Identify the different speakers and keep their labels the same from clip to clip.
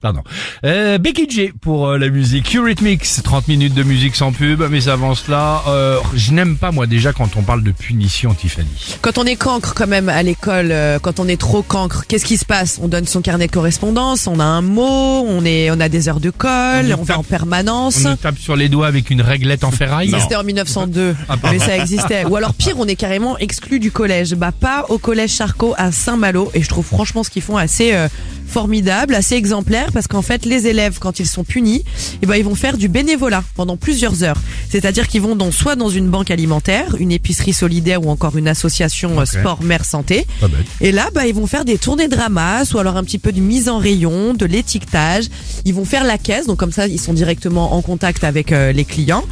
Speaker 1: Pardon. Euh, Becky G pour euh, la musique. Eurythmics, 30 minutes de musique sans pub. Mais avant cela, euh, je n'aime pas moi déjà quand on parle de punition, Tiffany.
Speaker 2: Quand on est cancre quand même à l'école, euh, quand on est trop cancre, qu'est-ce qui se passe On donne son carnet de correspondance, on a un mot, on est, on a des heures de
Speaker 1: On nous
Speaker 2: colle, on, va
Speaker 1: tape-
Speaker 2: en permanence.
Speaker 1: On nous tape sur les doigts avec une réglette en ferraille.
Speaker 2: C'était en 1902, mais ça existait. Ou alors pire, on est carrément exclu du collège. Bah pas au collège Charcot à Saint-Malo, et je trouve franchement ce qu'ils font assez euh, formidable, assez exemplaire, parce qu'en fait les élèves quand ils sont punis, eh ben ils vont faire du bénévolat pendant plusieurs heures. C'est-à-dire qu'ils vont dans, soit dans une banque alimentaire, une épicerie solidaire ou encore une association euh, sport mère santé.
Speaker 1: Pas bête.
Speaker 2: Et là, bah, ils vont faire des tournées de ramasse ou alors un petit peu de mise en rayon, de l'étiquetage. Ils vont faire la caisse, donc comme ça, ils sont directement en contact avec euh, les clients.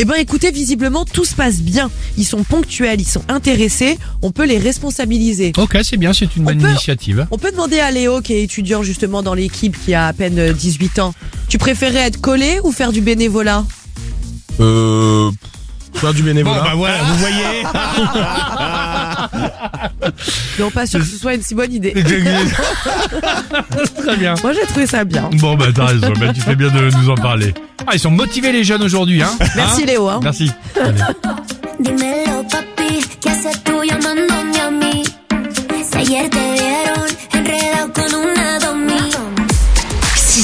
Speaker 2: Eh ben, écoutez, visiblement, tout se passe bien. Ils sont ponctuels, ils sont intéressés. On peut les responsabiliser.
Speaker 1: Ok, c'est bien, c'est une
Speaker 2: On
Speaker 1: bonne
Speaker 2: peut-
Speaker 1: initiative.
Speaker 2: On peut demander à Léo, qui est étudiant justement dans l'équipe, qui a à peine euh, 18 ans, tu préférais être collé ou faire du bénévolat
Speaker 3: Euh. Faire du bénévolat.
Speaker 1: bah, voilà, vous voyez.
Speaker 2: Non, pas sûr que ce soit une si bonne idée.
Speaker 1: Très bien.
Speaker 2: Moi, j'ai trouvé ça bien.
Speaker 1: Bon, bah t'as raison, Bah, tu fais bien de nous en parler. Ah, ils sont motivés les jeunes aujourd'hui, hein
Speaker 2: Merci
Speaker 1: Hein
Speaker 2: Léo. hein.
Speaker 1: Merci.
Speaker 4: Dímelo, papi, ¿qué haces tú llamándome a mí? Si ayer te vieron enredado con una domi.